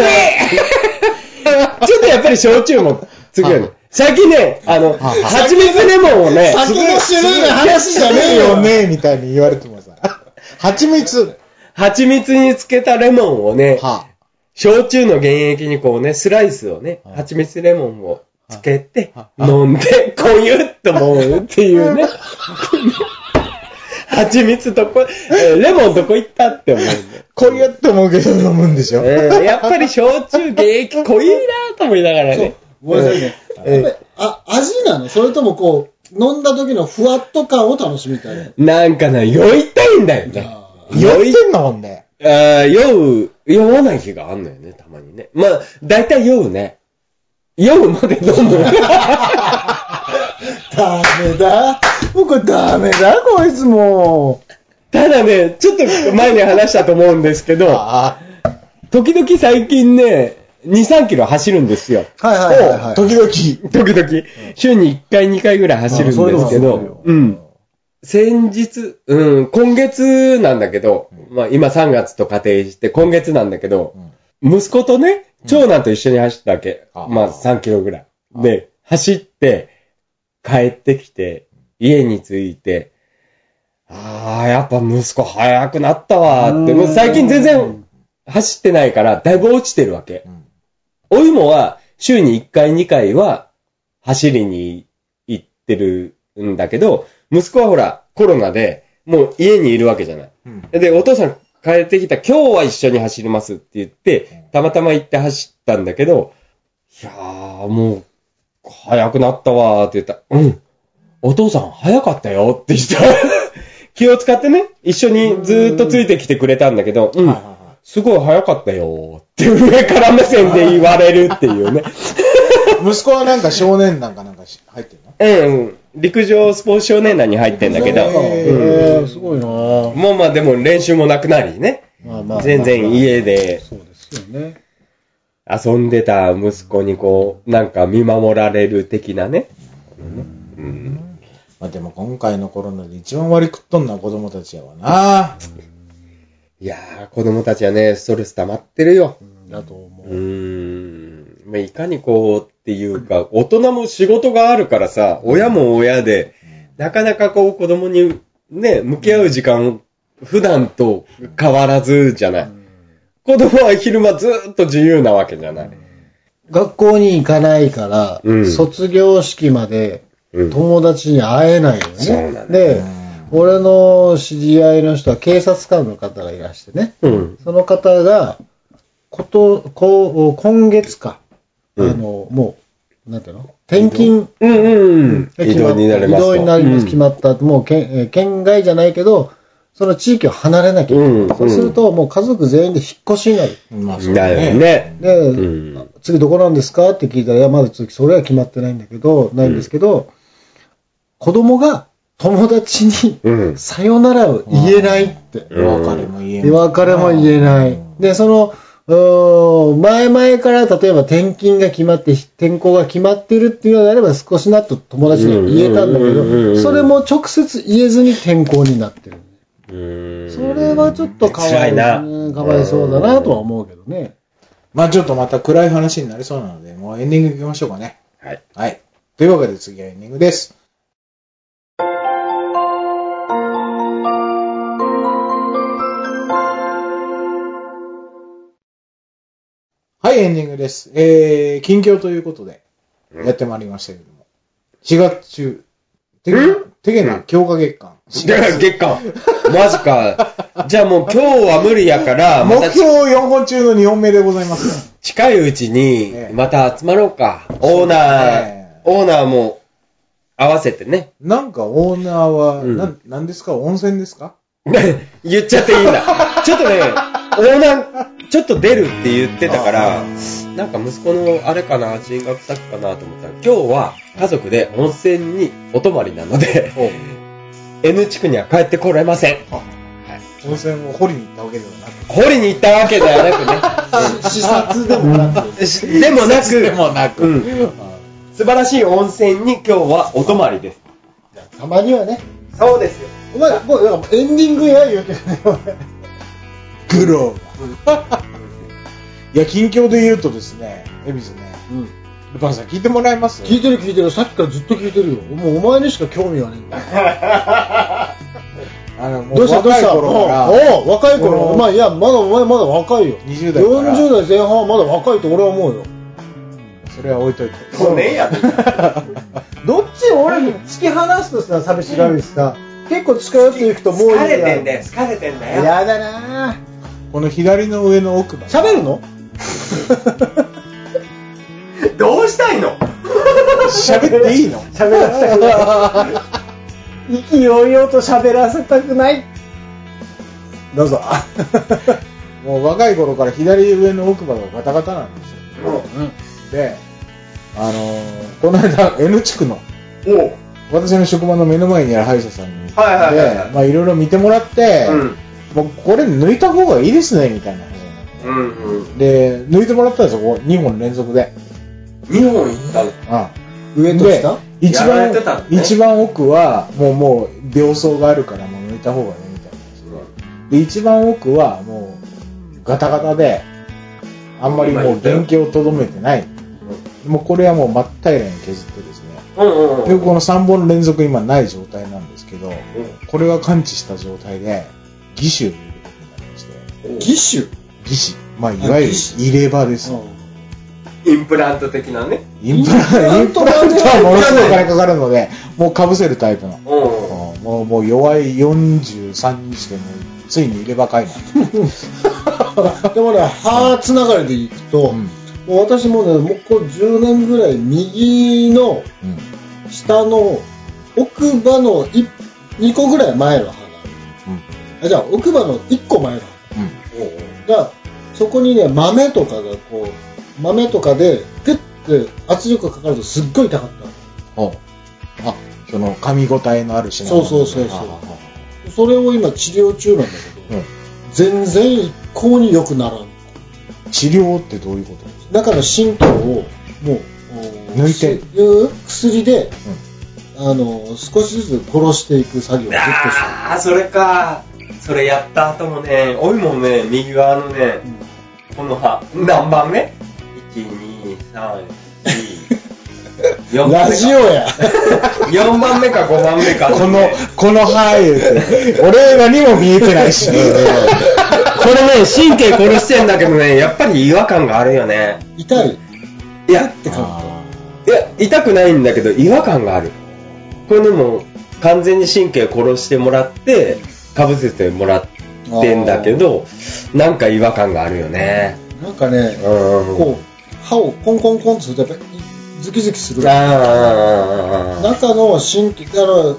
Speaker 3: っとやっぱり焼酎もつくよね。先ね、あの、
Speaker 1: あは
Speaker 3: 蜂蜜レモンをね、
Speaker 2: 酒の種類の話じゃねえよ
Speaker 1: よ。ねみたいに言われてもさ。蜂蜜。
Speaker 3: 蜂蜜につけたレモンをね、
Speaker 1: は
Speaker 3: 焼酎の原液にこうね、スライスをね、
Speaker 1: はい
Speaker 3: 蜂蜜レモンをつけて
Speaker 1: は、い
Speaker 3: 飲んで、こうゆっと飲むっていう ね。蜂蜜どこ、えーレモンどこ行ったって思うんだよ
Speaker 1: こうやってもうけど飲むんでしょ
Speaker 3: え ーやっぱり焼酎原液濃いなと思いながらね。
Speaker 2: ごめんなさいね。
Speaker 1: え
Speaker 2: やっぱりあ、味なのそれともこう、飲んだ時のふわっと感を楽しみたいの。
Speaker 3: なんかね、酔いたいんだよね。
Speaker 2: あ
Speaker 1: 酔ってんのほんで。
Speaker 3: あー酔う、酔わない日があんのよね、たまにね。まあ、だいたい酔うね。酔うまで飲む。
Speaker 2: ーダメだ。僕ダメだ、こいつもう。
Speaker 3: ただね、ちょっと前に話したと思うんですけど、
Speaker 1: あ
Speaker 3: 時々最近ね、2、3キロ走るんですよ。
Speaker 2: はいはいはい、はい。
Speaker 1: 時々。
Speaker 3: 時々。週に1回、2回ぐらい走るんです
Speaker 2: あ
Speaker 3: け
Speaker 2: そういうのもそ
Speaker 3: ど、。
Speaker 2: ううん
Speaker 3: 先日、うん、今月なんだけど、まあ今3月と仮定して、今月なんだけど、息子とね、長男と一緒に走ったわけ。
Speaker 1: あ
Speaker 3: まあ3キロぐらい。で、走って、帰ってきて、家に着いて、ああ、やっぱ息子速くなったわーって、
Speaker 2: うん
Speaker 3: もう最近全然走ってないから、だいぶ落ちてるわけ。
Speaker 1: うん
Speaker 3: お芋は、週に1回2回は、走りに行ってるんだけど、息子はほら、コロナで、もう家にいるわけじゃない。
Speaker 1: うん
Speaker 3: で、お父さん帰ってきた、今日は一緒に走りますって言って、たまたま行って走ったんだけど、いやー、もう、早くなったわーって言ったら、うん、お父さん早かったよって言った。 気を使ってね、一緒にずーっとついてきてくれたんだけど、うん、
Speaker 1: はいはいはい
Speaker 3: すごい早かったよーって上から目線で言われるっていうね。
Speaker 1: 息子はなんか少年団かなんかし入ってるの
Speaker 3: うん。陸上スポーツ少年団に入ってんだけど、
Speaker 2: へーすごいなぁ
Speaker 3: もうまあでも練習もなくなりね、
Speaker 2: まあまあ
Speaker 3: 全然家で
Speaker 2: そうですよね。
Speaker 3: 遊んでた息子にこう、なんか見守られる的なね。うん。
Speaker 1: まあでも今回のコロナで一番割り食っとんのは子供たちやわな。
Speaker 3: いやー、子供たちはね、ストレス溜まってるよ。
Speaker 2: だと思
Speaker 3: うーん。まあ、いかにこうっていうか、大人も仕事があるからさ、親も親で、なかなかこう子供にね、向き合う時間、普段と変わらずじゃない。子供は昼間ずっと自由なわけじゃない。
Speaker 2: 学校に行かないから、
Speaker 3: うん
Speaker 2: 卒業式まで
Speaker 3: うん
Speaker 2: 友達に会えないよね。
Speaker 3: そうなんだ
Speaker 2: で、俺の知り合いの人は警察官の方がいらしてね、
Speaker 3: うん。
Speaker 2: その方が、こと、こう、今月か、
Speaker 3: うん
Speaker 2: あの、もう、なんていうの転勤
Speaker 3: うんうんうん。
Speaker 2: が
Speaker 3: 移
Speaker 2: 決まっ
Speaker 3: 動になれます
Speaker 2: 移
Speaker 3: と。
Speaker 2: 動になります、
Speaker 3: うん
Speaker 2: 決まった。もう県、えー県外じゃないけど、その地域を離れなきゃいけない。
Speaker 3: うん
Speaker 2: そうすると、もう家族全員で引っ越しになる。
Speaker 1: まあ
Speaker 3: だよ。ね。
Speaker 2: で、
Speaker 3: うん。
Speaker 2: 次どこなんですかって聞いたら、いや、まだ次それは決まってないんだけど、ないんですけど、子供が友達に
Speaker 3: うん。
Speaker 2: さよならを言えないって。
Speaker 1: お別れも言え
Speaker 2: で
Speaker 1: ん
Speaker 2: 別れも言えない。で、その、うーん前々から例えば転勤が決まって、転校が決まってるっていうのであれば少しなっと友達に言えたんだけ
Speaker 3: うんうんうんうん
Speaker 2: ど、それも直接言えずに転校になってる。
Speaker 3: うん
Speaker 2: それはちょっとかわ
Speaker 3: 辛
Speaker 2: い
Speaker 3: いな
Speaker 2: ねかわいそうだなとは思うけどね。
Speaker 1: まあちょっとまた暗い話になりそうなので、もうエンディングいきましょうかね。
Speaker 3: はい。
Speaker 1: はい。というわけで次はエンディングです。はい、エンディングです。えー、近況ということで、やってまいりましたけども。4月中、てげ
Speaker 3: ん
Speaker 1: てげな強化月間。
Speaker 3: だから月間。マジか。じゃあもう今日は無理や から、ま
Speaker 1: 目
Speaker 3: た
Speaker 1: 標4本中の2本目でございます。
Speaker 3: 近いうち
Speaker 1: え
Speaker 3: に
Speaker 1: え、
Speaker 3: また集まろうか。オーナ
Speaker 1: え
Speaker 3: ー
Speaker 1: え、
Speaker 3: オーナーも合わせてね。
Speaker 1: なんかオーナーは、
Speaker 3: うん
Speaker 1: なん、なんですか温泉ですか
Speaker 3: 言っちゃっていいんだ。 ちょっとね、オーナー、ちょっと出るって言ってたから、なんか息子のあれかな、人学作かなと思ったら、今日は家族で温泉にお泊まりなので、N 地区には帰ってこれません。
Speaker 1: あ温泉を掘りに行ったわけではなく。
Speaker 3: 掘りに行ったわけではなくね。
Speaker 2: 視察でもな く。
Speaker 3: しでもなく、
Speaker 1: でもなく。
Speaker 3: うん素晴らしい温泉に今日はお泊まりです。
Speaker 2: たまにはね。
Speaker 3: そうですよ。
Speaker 2: お前、もうなんかエンディングや言うけどね、お前
Speaker 1: グロー。 いや、近況で言うとですね、恵比寿ね、ルパンさん聞いてもらえます
Speaker 2: 聞いてる聞いてる。さっきからずっと聞いてるよ。もうお前にしか興味はねえんだよ。
Speaker 1: あの、も
Speaker 2: どう
Speaker 1: う
Speaker 2: したどう
Speaker 1: 若
Speaker 2: し
Speaker 1: い
Speaker 2: た
Speaker 1: 頃から、
Speaker 2: おうおう若い
Speaker 1: こ
Speaker 2: 頃。
Speaker 1: の
Speaker 2: まあいや、まだお前まだ若いよ。
Speaker 1: 20代から
Speaker 2: 40代前半はまだ若いと俺は思うよ。
Speaker 1: それは置いといて。
Speaker 4: そうねえやで。
Speaker 2: どっち俺、突き放すとさ、寂しがるしさ、結構近寄っていくともういい
Speaker 3: 疲れてんだよ、疲れてんだよ。
Speaker 2: やだなぁ。
Speaker 1: この左の上の奥歯。
Speaker 2: 喋るの
Speaker 4: どうしたいの
Speaker 1: 喋っていいの
Speaker 2: 喋らせたく ない。意気揚々と喋らせたくない。どうぞ。
Speaker 1: もう若い頃から左上の奥歯がガタガタなんですよ。で、あのーこの間、N 地区の、
Speaker 4: おう。
Speaker 1: 私の職場の目の前にある歯医者さんに行って、
Speaker 4: はいはいはいはい
Speaker 1: まあいろいろ見てもらって、
Speaker 4: うん
Speaker 1: もうこれ抜いた方がいいですね、みたいな話になって。
Speaker 4: うんうん。
Speaker 1: で、抜いてもらったんですよ、こう2本連続で。
Speaker 4: 2本行ったの。
Speaker 1: うん
Speaker 2: 上と下
Speaker 1: で一
Speaker 4: やら
Speaker 1: 番
Speaker 4: れてたの、ね
Speaker 1: 一番奥は、もう、もう、病巣があるから、もう抜いた方がね、みたいな話で。で、一番奥は、もう、ガタガタで、あんまりもう原型をとどめてない。もうこれはもう真っ平らに削ってですね。
Speaker 4: うんうん
Speaker 1: で、この3本連続今ない状態なんですけど、これは完治した状態で、義手を入れることになりまして、
Speaker 2: 義
Speaker 1: 義手。まあ、いわゆる入れ歯ですね。
Speaker 4: インプラント的なね。
Speaker 1: インプラ
Speaker 2: イ
Speaker 1: イ
Speaker 2: ン
Speaker 1: ン
Speaker 2: プ
Speaker 1: プ
Speaker 2: ラ
Speaker 1: ラ
Speaker 2: ン
Speaker 1: ン
Speaker 2: ト
Speaker 1: トはものすごいお金かかるので、もう被せるタイプの。
Speaker 4: うんうん。
Speaker 1: うんもう、もう弱い43にしても、ついに入ればかいな。
Speaker 2: でもね、歯つながりでいくと、
Speaker 1: うん
Speaker 2: もう私もね、もうこう10年ぐらい右の
Speaker 1: うん
Speaker 2: 下の奥歯の2個ぐらい前の歯がある。あじゃあ奥歯の1個前の歯が、そこにね、豆とかがこう、豆とかで、グッて圧力がかかるとすっごい痛かったの。
Speaker 1: うん。うん。あ、その噛み応えのある品
Speaker 2: そうそうそうそう
Speaker 1: あ
Speaker 2: それを今治療中なんだけど、
Speaker 1: ああうん
Speaker 2: 全然一向に良くならん。
Speaker 1: 治療ってどういうことですか
Speaker 2: 中の神経をもうお
Speaker 1: 抜いて
Speaker 2: る薬で、あの少しずつ殺していく作業をずっとして
Speaker 3: ああ、それか。それやった後もね、おいもね、右側のね、この歯、何番目 ?1、2、3、4。
Speaker 2: るラジオ や
Speaker 3: 4番目か5番目か。
Speaker 1: この、 この歯言うて、俺何も見えてないし。
Speaker 3: これね、神経殺してんだけどね、やっぱり違和感があるよね。
Speaker 2: 痛い
Speaker 3: いや、
Speaker 2: て感じ
Speaker 1: あ
Speaker 3: いや、痛くないんだけど、違和感がある。これでも、完全に神経殺してもらって、かぶせてもらってんだけど、なんか違和感があるよね。
Speaker 2: なんかね
Speaker 3: う、ん。
Speaker 2: こう歯をコンコンコンとするとやっぱりズキズキする
Speaker 3: ああ。
Speaker 2: 中の神経あの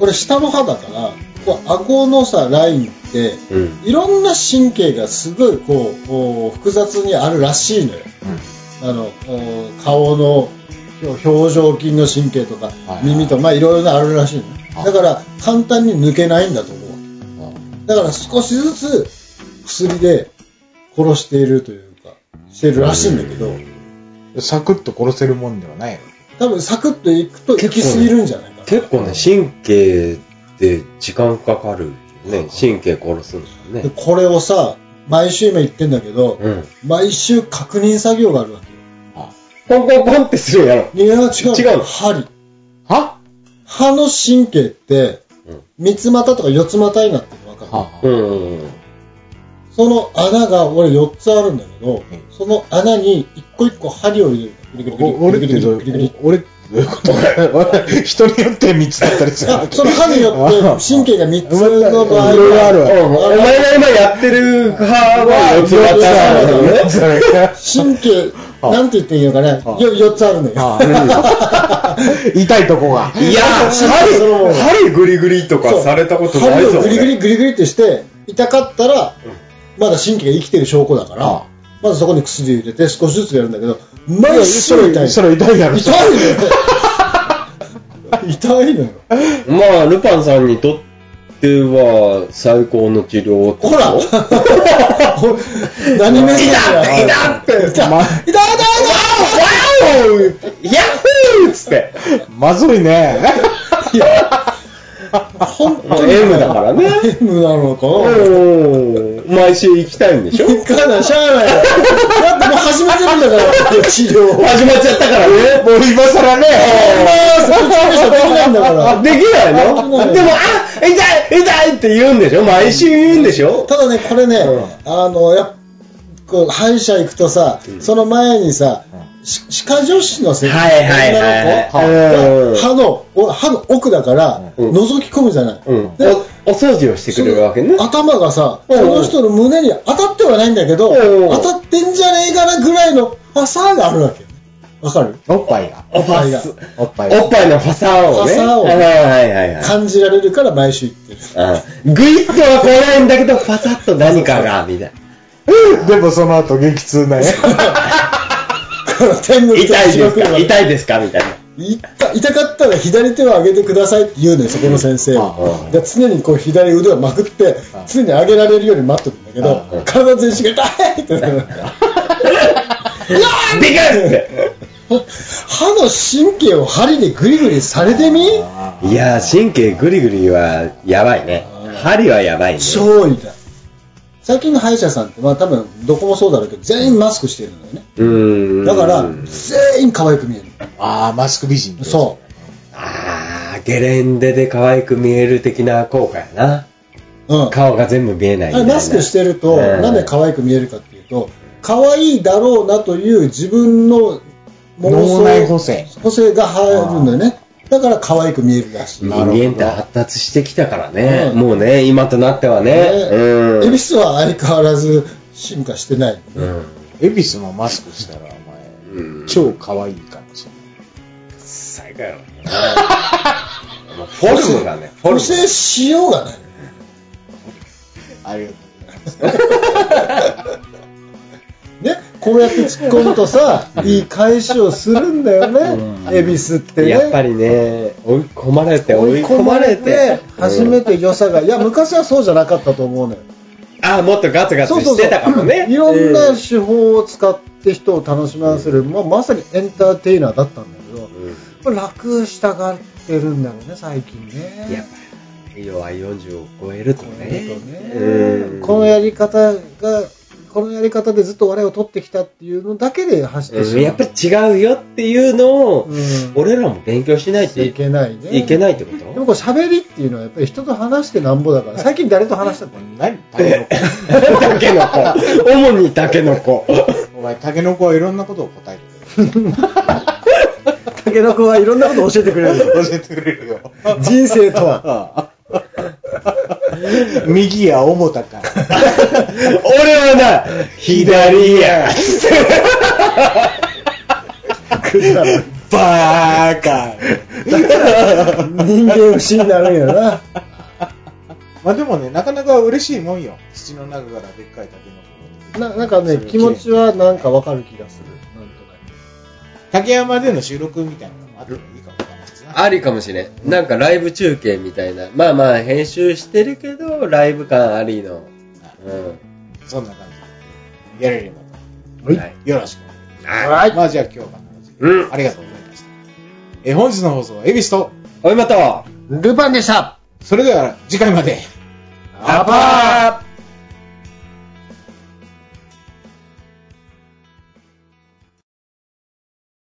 Speaker 2: 俺下の歯だからこう顎のさラインって
Speaker 3: うん。
Speaker 2: いろんな神経がすごいこうこう複雑にあるらしいのよ
Speaker 1: ーうん
Speaker 2: あのお顔の表表情筋の神経とか
Speaker 1: はいはい
Speaker 2: 耳とまあいろいろなあるらしいの
Speaker 1: あ
Speaker 2: だから簡単に抜けないんだと思う
Speaker 1: あ
Speaker 2: だから少しずつ薬で殺しているというか、してるらしいんだけど、
Speaker 1: サクッと殺せるもんではないわ
Speaker 2: 多分サクッと行くと行き過ぎるんじゃないかな。
Speaker 3: 結構ね、神経って時間かかるよね。神経殺すんだよ
Speaker 2: で
Speaker 3: ね。
Speaker 2: これをさ、毎週今言ってんだけど、
Speaker 3: うん。
Speaker 2: 毎週確認作業があるわけよ。
Speaker 3: ポンポンポンってするやろ。
Speaker 2: いや、違う。
Speaker 3: 違うの
Speaker 2: 針。
Speaker 1: け。は
Speaker 2: 歯の神経って
Speaker 3: うん、
Speaker 2: 三つ股とか四つ股になってるのわかる、
Speaker 1: は
Speaker 3: うんうんうん。
Speaker 2: その穴が俺4つあるんだけど
Speaker 1: うん、
Speaker 2: その穴に一個一個針を入れる。
Speaker 1: お俺ってどう
Speaker 2: グリグリ
Speaker 1: い
Speaker 2: グリグリグリグリ
Speaker 1: う俺ってどういうこと俺、人によって3つだったりする
Speaker 2: あ、。 その歯によって神経が3つの場合
Speaker 1: いろいろある
Speaker 3: お
Speaker 1: わ。
Speaker 3: 前が今やってる派は四つ
Speaker 1: あ
Speaker 3: 股なのね。
Speaker 2: 神経、
Speaker 1: あ
Speaker 2: なんて言っていいのかね、
Speaker 1: あ
Speaker 2: よ4つあるのよ。
Speaker 1: 痛いとこが。
Speaker 3: いや、針、針グリグリとかされたことない
Speaker 2: 針
Speaker 3: ぞ。
Speaker 2: をグリグ
Speaker 3: 俺
Speaker 2: リグリグリってして、痛かったら、まだ神経が生きてる証拠だか
Speaker 1: あ
Speaker 2: ら、まずそこに薬を入れて少しずつやるんだけど、毎週
Speaker 1: それ
Speaker 2: 痛い。
Speaker 1: それ痛いやろ。
Speaker 2: 痛いのよ。痛いのよ。
Speaker 3: まあ、ルパンさんにとっては最高の治療ってこ
Speaker 2: ほ
Speaker 3: と
Speaker 2: ら 何目線
Speaker 3: 痛い
Speaker 2: だ
Speaker 3: なって
Speaker 2: 痛い痛
Speaker 1: ま
Speaker 2: い痛い
Speaker 3: ワオヤッホーっつって。
Speaker 1: まずいね。
Speaker 2: 本
Speaker 3: も
Speaker 2: 当
Speaker 3: う
Speaker 2: に
Speaker 3: M だからね。
Speaker 2: M なのか
Speaker 3: うん。毎週行きたいんでしょ
Speaker 2: 行かなしゃあないよだってもう始めてるんだから治療を
Speaker 3: 始まっちゃったからね。もう今更ね。
Speaker 2: できないんだから
Speaker 3: できないのでも、あ痛い痛いって言うんでしょ毎週言うんでしょ
Speaker 2: ただねこれね、あのやっこう歯医者行くとさ、その前にさ、し歯科助手の先生、
Speaker 3: はいはいはい
Speaker 2: 女の子が
Speaker 3: はい
Speaker 2: 歯のお歯の奥だから、
Speaker 3: うん
Speaker 2: 覗き込むじゃない、
Speaker 3: うん。お
Speaker 2: で
Speaker 3: お掃除をしてくれるわけね。
Speaker 2: 頭がさ、
Speaker 3: うん
Speaker 2: その人の胸に当たってはないんだけど、
Speaker 3: うん
Speaker 2: 当たってんじゃねえかなぐらいのファサーがあるわけ。わかる
Speaker 1: おっぱいが。
Speaker 3: おっぱいが。
Speaker 1: おっぱいが。
Speaker 3: おっぱいのファサをね。
Speaker 2: ファサを
Speaker 3: はいはいはいはい。
Speaker 2: 感じられるから毎週行ってる。
Speaker 3: うんグイッとは来ないんだけど、パサッと何かが、みたいな。
Speaker 1: でもその後激痛だね。
Speaker 2: 天国と
Speaker 3: 痛い
Speaker 2: 地
Speaker 3: です
Speaker 2: 獄
Speaker 3: か
Speaker 2: が
Speaker 3: 痛いですかみたいな。
Speaker 2: 痛痛かったら左手を上げてくださいって言う のよ、そこの先生
Speaker 3: う
Speaker 2: は
Speaker 3: ん。
Speaker 2: で常にこう左腕をまくって、常に上げられるように待ってるんだけ
Speaker 3: う
Speaker 2: ど、
Speaker 3: ん
Speaker 2: 体全身が痛いってなる。
Speaker 3: でかいって。
Speaker 2: 歯の神経を針でグリグリされてみ
Speaker 3: いやー、神経グリグリはやばいね。針はやばいね。
Speaker 2: 超痛い。最近の歯医者さんって、まあ多分どこもそうだろうけど、全員マスクしてるんだよね。
Speaker 3: うーん。
Speaker 2: だから、全員可愛く見える。
Speaker 1: ああ、マスク美人。
Speaker 2: そ
Speaker 3: あー、ゲレンデで可愛く見える的な効果やな。
Speaker 2: う。うん。
Speaker 3: 顔が全部見えない
Speaker 2: あれマスクしてると、
Speaker 3: うん
Speaker 2: なんで可愛く見えるかっていうと、可愛いだろうなという自分の
Speaker 1: 脳内補正
Speaker 2: 補正が入るんだよね。だから可愛く見えるらしい。
Speaker 3: 人
Speaker 1: るほど
Speaker 3: 間って発達してきたからね。
Speaker 2: うん
Speaker 3: もうね、今となってはね。うん。
Speaker 2: 恵比寿は相変わらず進化してない。
Speaker 3: うん。
Speaker 1: 恵比寿のマスクしたら、お
Speaker 3: うん
Speaker 1: 前、超可愛いかもしれない。
Speaker 3: 最下位だなもうフォルムが ね、フォル
Speaker 2: 補
Speaker 3: ム。
Speaker 2: 正しようがない。
Speaker 1: ありがとうございます。
Speaker 2: ね、こうやって突っ込むとさ、いい返しをするんだよ
Speaker 3: うん
Speaker 2: ね。恵比寿ってね。
Speaker 3: やっぱりね、追い込まれて、
Speaker 2: 追
Speaker 3: 追
Speaker 2: い
Speaker 3: い
Speaker 2: 込
Speaker 3: 込
Speaker 2: ま
Speaker 3: ま
Speaker 2: れ
Speaker 3: れ
Speaker 2: て
Speaker 3: て、、
Speaker 2: 初
Speaker 3: うん
Speaker 2: めて良さが、いや、昔はそうじゃなかったと思うのよ。
Speaker 3: あ、もっとガツガツしてたかもね。
Speaker 2: いろんな
Speaker 3: う
Speaker 2: 手法を使って人を楽しませる、まあ、まさにエンターテイナーだったんだけど、
Speaker 3: う
Speaker 2: まあ楽したがってるんだろうね、最近ね。
Speaker 3: んやっぱ、色は40を超えると
Speaker 2: こ
Speaker 3: ね。
Speaker 2: れとね
Speaker 3: うん
Speaker 2: このやり方が、このやり方でずっと笑いを取ってきたっていうのだけで走ってしまう。
Speaker 3: うんやっぱり違うよっていうのを、
Speaker 2: うん
Speaker 3: 俺らも勉強しないと
Speaker 2: いけないね。
Speaker 3: いけないってこ
Speaker 2: で
Speaker 3: と
Speaker 2: もこう喋りっていうのはやっぱり人と話してなんぼだから、最近誰と話したって
Speaker 1: 何タケノ
Speaker 3: タケノコ。 主にタケノコ。
Speaker 1: コ。お前、タケノコはいろんなことを答えてくれる。
Speaker 2: タケノコはいろんなことを教えてくれる。
Speaker 1: 教えてくれる よ。
Speaker 2: 人生とは。
Speaker 1: ああ右や重たか。
Speaker 3: 俺はな、左や。
Speaker 1: バーカ。
Speaker 2: 人間不信になるんやな。
Speaker 1: まあでもね、なかなか嬉しいもんよ。土の中からでっかいタケノコ。
Speaker 2: ななんかね、気持ちはなんかわかる気がする。なんとなく
Speaker 1: 竹山での収録みたいなのもあってもいいかもわかんないですな。
Speaker 3: ありかもしれん。なんかライブ中継みたいな。まあまあ編集してるけど、ライブ感ありの。うん。
Speaker 1: そんな感じ。やれれば
Speaker 3: はい
Speaker 1: と。よろしく。
Speaker 3: はい。
Speaker 1: まあじゃあ今日はこんな感じで
Speaker 3: うん。
Speaker 1: ありがとうございました。えー、本日の放送は、エビスと、
Speaker 3: おいまたは、
Speaker 2: ルパンでした
Speaker 1: それでは次回まで。
Speaker 3: アパー